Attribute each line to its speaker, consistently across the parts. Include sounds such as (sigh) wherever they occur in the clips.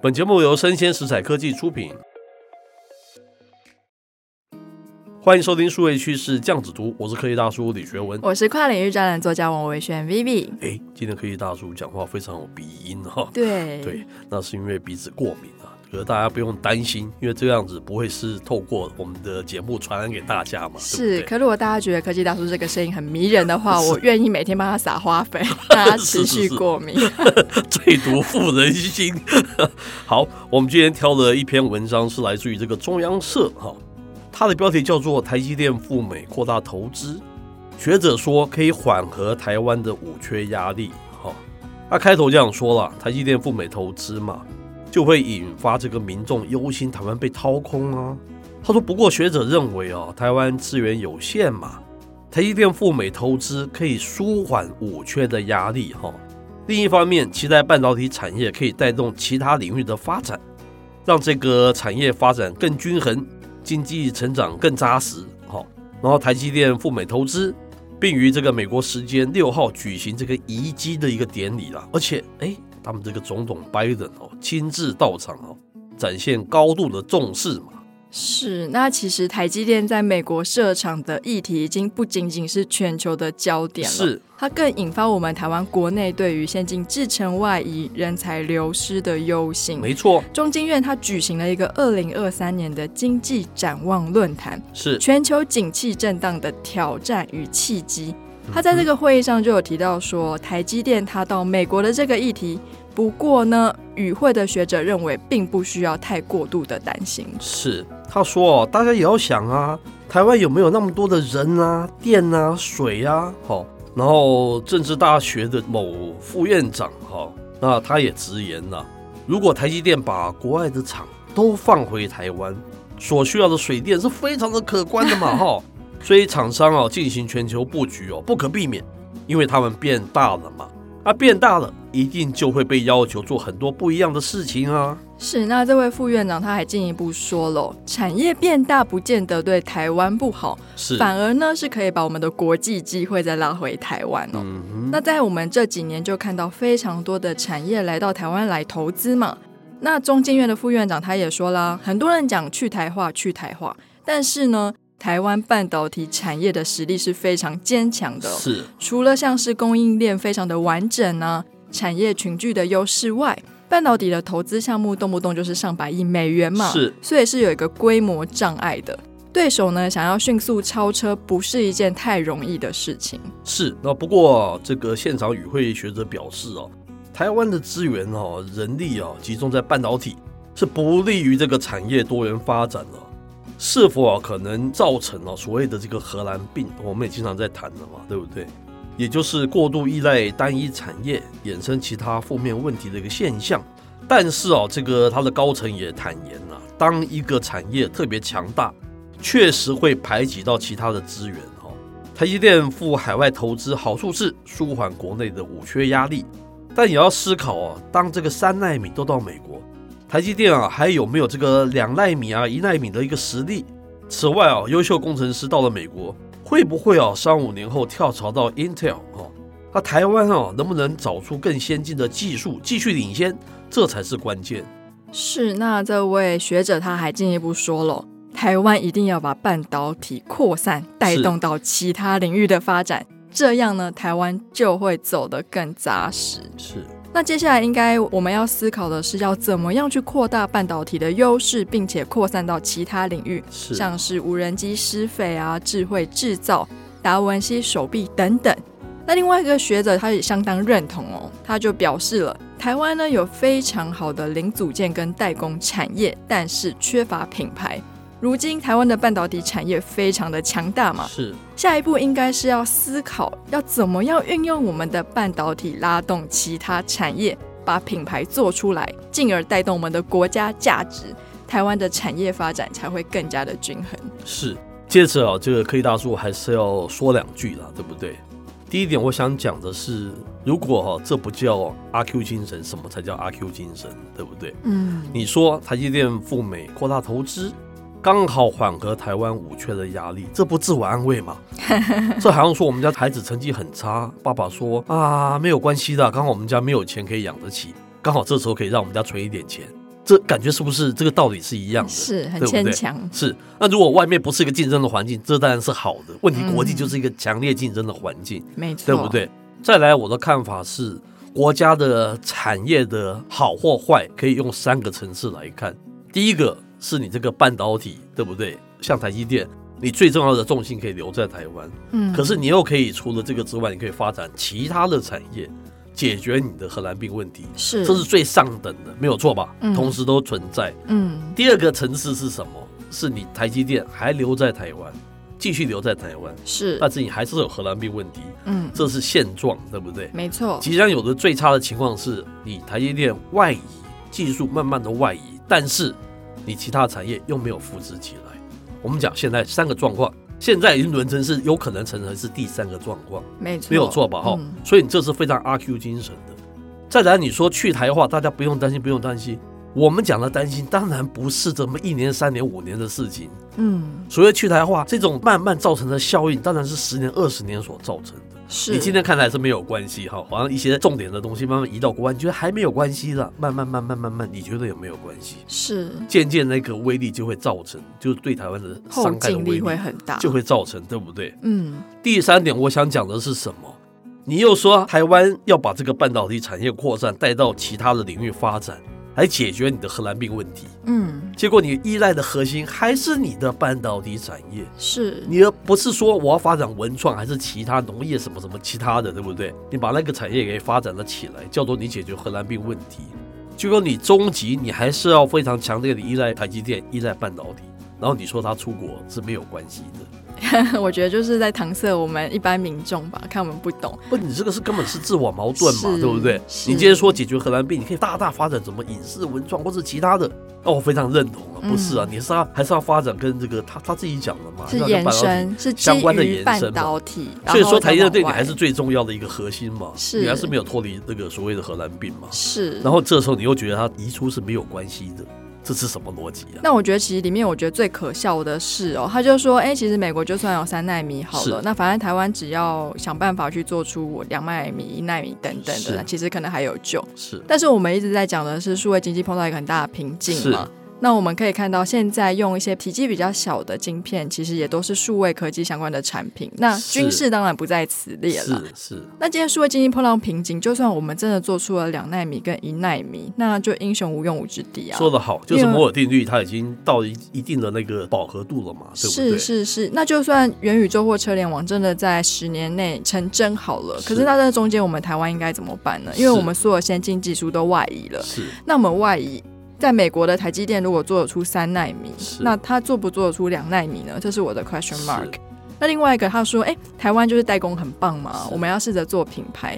Speaker 1: 本节目由生鲜食材科技出品，欢迎收听数位趋势酱子读，我是科技大叔李学文。
Speaker 2: 我是跨领域专栏作家王维轩 Vivi。
Speaker 1: 哎，今天科技大叔讲话非常有鼻音哈、
Speaker 2: 对
Speaker 1: 对，那是因为鼻子过敏啊。可是大家不用担心，因为这样子不会是透过我们的节目传染给大家嘛，
Speaker 2: 是。
Speaker 1: 对不对？
Speaker 2: 可如果大家觉得科技大叔这个声音很迷人的话，
Speaker 1: 是
Speaker 2: 我愿意每天帮他撒花
Speaker 1: (laughs)
Speaker 2: 粉，让他持
Speaker 1: 是
Speaker 2: 续
Speaker 1: 是
Speaker 2: 过敏。
Speaker 1: 最毒妇人心。 (laughs) 好，我们今天挑了一篇文章，是来自于这个中央社哈，它的标题叫做《台积电赴美扩大投资》，学者说可以缓和台湾的五缺压力。哈，那开头这样说了，台积电赴美投资嘛，就会引发这个民众忧心台湾被掏空啊。他说，不过学者认为哦，台湾资源有限嘛，台积电赴美投资可以舒缓五缺的压力哈、另一方面，期待半导体产业可以带动其他领域的发展，让这个产业发展更均衡，经济成长更扎实。好、然后台积电赴美投资，并于这个美国时间六号举行这个移机的一个典礼啦。而且，哎，他们这个总统拜登哦亲自到场哦，展现高度的重视嘛。
Speaker 2: 是，那其实台积电在美国设厂的议题已经不仅仅是全球的焦点了，
Speaker 1: 是
Speaker 2: 它更引发我们台湾国内对于先进制程外移、人才流失的忧心。
Speaker 1: 没错，
Speaker 2: 中经院它举行了一个二零二三年的经济展望论坛，
Speaker 1: 是
Speaker 2: 全球景气震荡的挑战与契机。他在这个会议上就有提到说，台积电它到美国的这个议题，不过呢，与会的学者认为并不需要太过度的担心。
Speaker 1: 是，他说哦，大家也要想啊，台湾有没有那么多的人啊、电啊、水啊？好，然后政治大学的某副院长哈、那他也直言呐、如果台积电把国外的厂都放回台湾，所需要的水电是非常的可观的嘛哈、所以厂商哦进行全球布局哦不可避免，因为他们变大了嘛，啊变大了一定就会被要求做很多不一样的事情啊，
Speaker 2: 是，那这位副院长他还进一步说了，产业变大不见得对台湾不好，
Speaker 1: 是，
Speaker 2: 反而呢是可以把我们的国际机会再拉回台湾哦。
Speaker 1: 嗯哼
Speaker 2: 那在我们这几年就看到非常多的产业来到台湾来投资嘛。那中经院的副院长他也说啦，很多人讲去台化去台化，但是呢，台湾半导体产业的实力是非常坚强的哦、
Speaker 1: 是。
Speaker 2: 除了像是供应链非常的完整呢、产业群聚的优势外，半导体的投资项目动不动就是上百亿美元嘛，
Speaker 1: 是，
Speaker 2: 所以是有一个规模障碍的。对手呢，想要迅速超车，不是一件太容易的事情。
Speaker 1: 是，那不过这个现场与会学者表示哦，台湾的资源哦、人力哦集中在半导体，是不利于这个产业多元发展的、是否、啊、可能造成哦所谓的这个荷兰病？我们也经常在谈的嘛，对不对？也就是过度依赖单一产业，衍生其他负面问题的一个现象。但是哦，这个他的高层也坦言了、当一个产业特别强大，确实会排挤到其他的资源哦。台积电赴海外投资，好处是舒缓国内的五缺压力，但也要思考哦，当这个三奈米都到美国，台积电啊还有没有这个两奈米啊、一奈米的一个实力？此外啊，优秀工程师到了美国，会不会啊三五年后跳槽到 Intel 哦？那台湾哦、能不能找出更先进的技术，继续领先，这才是关键。
Speaker 2: 是，那这位学者他还进一步说了，台湾一定要把半导体扩散带动到其他领域的发展，这样呢，台湾就会走得更扎实。
Speaker 1: 是
Speaker 2: 那接下来应该我们要思考的是，要怎么样去扩大半导体的优势，并且扩散到其他领域，
Speaker 1: 是
Speaker 2: 像是无人机施肥啊、智慧制造、达文西手臂等等。那另外一个学者他也相当认同哦，他就表示了，台湾呢有非常好的零组件跟代工产业，但是缺乏品牌。如今台湾的半导体产业非常的强大嘛，
Speaker 1: 是
Speaker 2: 下一步应该是要思考要怎么样运用我们的半导体拉动其他产业，把品牌做出来，进而带动我们的国家价值，台湾的产业发展才会更加的均衡。
Speaker 1: 是，接着啊，这个科技大叔还是要说两句啦，对不对？第一点，我想讲的是，如果哈、这不叫阿 Q 精神，什么才叫阿 Q 精神，对不对？
Speaker 2: 嗯，
Speaker 1: 你说台积电赴美扩大投资，刚好缓和台湾五缺的压力，这不自我安慰吗？这好像说我们家孩子成绩很差，爸爸说啊没有关系的，刚好我们家没有钱可以养得起，刚好这时候可以让我们家存一点钱，这感觉是不是这个道理是一样的？
Speaker 2: 是很
Speaker 1: 对不对
Speaker 2: 牵强。
Speaker 1: 是，那如果外面不是一个竞争的环境，这当然是好的。问题国际
Speaker 2: 嗯
Speaker 1: 就是一个强烈竞争的环境，
Speaker 2: 没错，
Speaker 1: 对不？对？再来，我的看法是，国家的产业的好或坏，可以用三个层次来看。第一个是你这个半导体，对不对？像台积电，你最重要的重心可以留在台湾，
Speaker 2: 嗯，
Speaker 1: 可是你又可以除了这个之外，你可以发展其他的产业，解决你的荷兰病问题，
Speaker 2: 是
Speaker 1: 这是最上等的，没有错吧？
Speaker 2: 嗯
Speaker 1: 同时都存在。
Speaker 2: 嗯
Speaker 1: 第二个层次是什么？是你台积电还留在台湾，继续留在台湾，
Speaker 2: 是
Speaker 1: 但是你还是有荷兰病问题，
Speaker 2: 嗯，
Speaker 1: 这是现状，对不对？
Speaker 2: 没错，
Speaker 1: 即将有的最差的情况是你台积电外移，技术慢慢的外移，但是你其他产业又没有扶持起来。我们讲现在三个状况，现在已经轮成是有可能成为是第三个状况，
Speaker 2: 没错，
Speaker 1: 没有错吧？哈、
Speaker 2: 嗯
Speaker 1: 所以你这是非常阿 Q 精神的。再来，你说去台化，大家不用担心，不用担心。我们讲的担心，当然不是这么一年、三年、五年的事情。
Speaker 2: 嗯，
Speaker 1: 所谓去台化这种慢慢造成的效应，当然是十年、二十年所造成的。
Speaker 2: 是
Speaker 1: 你今天看来是没有关系哈，好像一些重点的东西慢慢移到国外，你觉得还没有关系了，慢慢、慢慢、慢慢，你觉得有没有关系？
Speaker 2: 是
Speaker 1: 渐渐那个威力就会造成，就是对台湾的
Speaker 2: 后
Speaker 1: 伤害的
Speaker 2: 劲
Speaker 1: 威
Speaker 2: 力会
Speaker 1: 力
Speaker 2: 很大，
Speaker 1: 就会造成，对不对？
Speaker 2: 嗯
Speaker 1: 第三点，我想讲的是什么？你又说台湾要把这个半导体产业扩散带到其他的领域发展，来解决你的荷兰病问题。
Speaker 2: 嗯
Speaker 1: 结果你依赖的核心还是你的半导体产业，
Speaker 2: 是 (laughs)
Speaker 1: 你而不是说我要发展文创还是其他农业什么什么其他的，对不对？你把那个产业给发展了起来，叫做你解决荷兰病问题。结果你终极你还是要非常强烈的依赖台积电，依赖半导体，然后你说他出国是没有关系的。
Speaker 2: 我觉得就是在搪塞我们一般民众吧，看我们不懂。
Speaker 1: 不，你这个是根本是自我矛盾嘛，
Speaker 2: 是
Speaker 1: 对不对？
Speaker 2: 是
Speaker 1: 你今天说解决荷兰病，你可以大大发展什么影视文创或是其他的，那我非常认同
Speaker 2: 嗯
Speaker 1: 啊。不是啊，你是要还是要发展跟这个他他自己讲的嘛，
Speaker 2: 是
Speaker 1: 啊那个
Speaker 2: 延
Speaker 1: 半导体。
Speaker 2: 伸，是基
Speaker 1: 相关的
Speaker 2: 于
Speaker 1: 延
Speaker 2: 半
Speaker 1: 伸嘛
Speaker 2: 导体，
Speaker 1: 所以
Speaker 2: 然后
Speaker 1: 说，台积电
Speaker 2: 再
Speaker 1: 对你
Speaker 2: 往外
Speaker 1: 还是最重要的一个核心嘛，
Speaker 2: 是
Speaker 1: 你还是没有脱离这个所谓的荷兰病嘛。
Speaker 2: 是。
Speaker 1: 然后这时候你又觉得它移出是没有关系的，这是什么逻辑啊？
Speaker 2: 那我觉得其实里面我觉得最可笑的是哦，他就说，哎、其实美国就算有三纳米好
Speaker 1: 是
Speaker 2: 了，那反正台湾只要想办法去做出我两纳米、一纳米等等
Speaker 1: 是
Speaker 2: 的，其实可能还有救。
Speaker 1: 是
Speaker 2: 但是我们一直在讲的是数位经济碰到一个很大的瓶颈
Speaker 1: 是
Speaker 2: 嘛。那我们可以看到，现在用一些体积比较小的晶片，其实也都是数位科技相关的产品。那
Speaker 1: 是
Speaker 2: 军事当然不在此列了。
Speaker 1: 是是，
Speaker 2: 那今天数位经济碰到瓶颈，就算我们真的做出了两纳米跟一纳米，那就英雄无用武之地啊。
Speaker 1: 说得好，就是
Speaker 2: 因为
Speaker 1: 摩尔定律，它已经到一一定的那个饱和度了嘛，对不对？
Speaker 2: 是是是，那就算元宇宙或车联网真的在十年内成真好了，可
Speaker 1: 是
Speaker 2: 是那在中间我们台湾应该怎么办呢？因为
Speaker 1: 是
Speaker 2: 我们所有先进技术都外移了，
Speaker 1: 是
Speaker 2: 那我们外移。在美国的台积电如果做得出三纳米
Speaker 1: 是，
Speaker 2: 那它做不做得出两纳米呢？这是我的 question
Speaker 1: 是
Speaker 2: mark。那另外一个他说，哎、台湾就是代工很棒嘛，
Speaker 1: 是
Speaker 2: 我们要试着做品牌。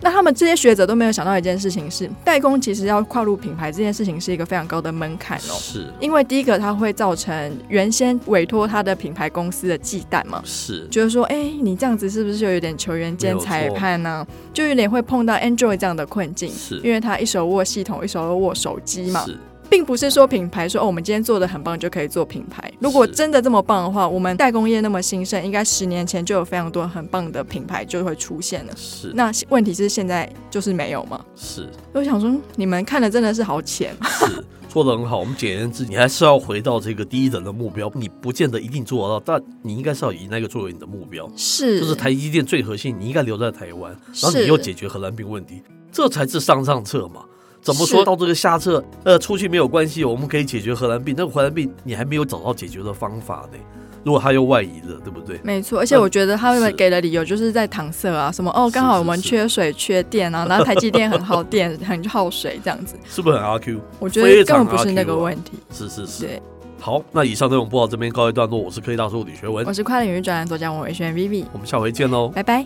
Speaker 2: 那他们这些学者都没有想到一件事情是，代工其实要跨入品牌这件事情是一个非常高的门槛哦。
Speaker 1: 是
Speaker 2: 因为第一个，它会造成原先委托他的品牌公司的忌惮嘛，
Speaker 1: 是
Speaker 2: 觉得说，哎、你这样子是不是就有点球员兼裁判呢、就有点会碰到 Android 这样的困境，
Speaker 1: 是
Speaker 2: 因为他一手握系统，一手握手机嘛，
Speaker 1: 是
Speaker 2: 并不是说品牌说哦，我们今天做的很棒就可以做品牌。如果真的这么棒的话，我们代工业那么兴盛，应该十年前就有非常多很棒的品牌就会出现了。
Speaker 1: 是
Speaker 2: 那问题是现在就是没有嘛？
Speaker 1: 是
Speaker 2: 我想说，你们看的真的是好浅，啊
Speaker 1: 是做得很好。我们简言之，你还是要回到这个第一等的目标，你不见得一定做得到，但你应该是要以那个作为你的目标。
Speaker 2: 是
Speaker 1: 就是台积电最核心，你应该留在台湾，
Speaker 2: 是
Speaker 1: 然后你又解决荷兰病问题，这才是上上策嘛。怎么说
Speaker 2: 是
Speaker 1: 到这个下策？呃，出去没有关系，我们可以解决荷兰病。那个荷兰病你还没有找到解决的方法呢。如果它又外移了，对不对？
Speaker 2: 没错，而且我觉得他们给的理由就是在搪塞啊，什么哦，
Speaker 1: 嗯是
Speaker 2: 刚好我们
Speaker 1: 是是
Speaker 2: 缺水缺
Speaker 1: (laughs)
Speaker 2: 电啊，然后台积电很耗电，很耗水这样子，
Speaker 1: 是不是很阿 Q？
Speaker 2: 我觉得
Speaker 1: 非
Speaker 2: 根
Speaker 1: 常
Speaker 2: 本不是那
Speaker 1: RQ
Speaker 2: 个
Speaker 1: 啊
Speaker 2: 问题。
Speaker 1: 是是是。
Speaker 2: 对，
Speaker 1: 好，那以上内容播到这边告一段落。我是科技大叔李学文
Speaker 2: 我，是跨领域专栏作家王伟轩 Vivi，
Speaker 1: 我们下回见喽。
Speaker 2: 拜拜。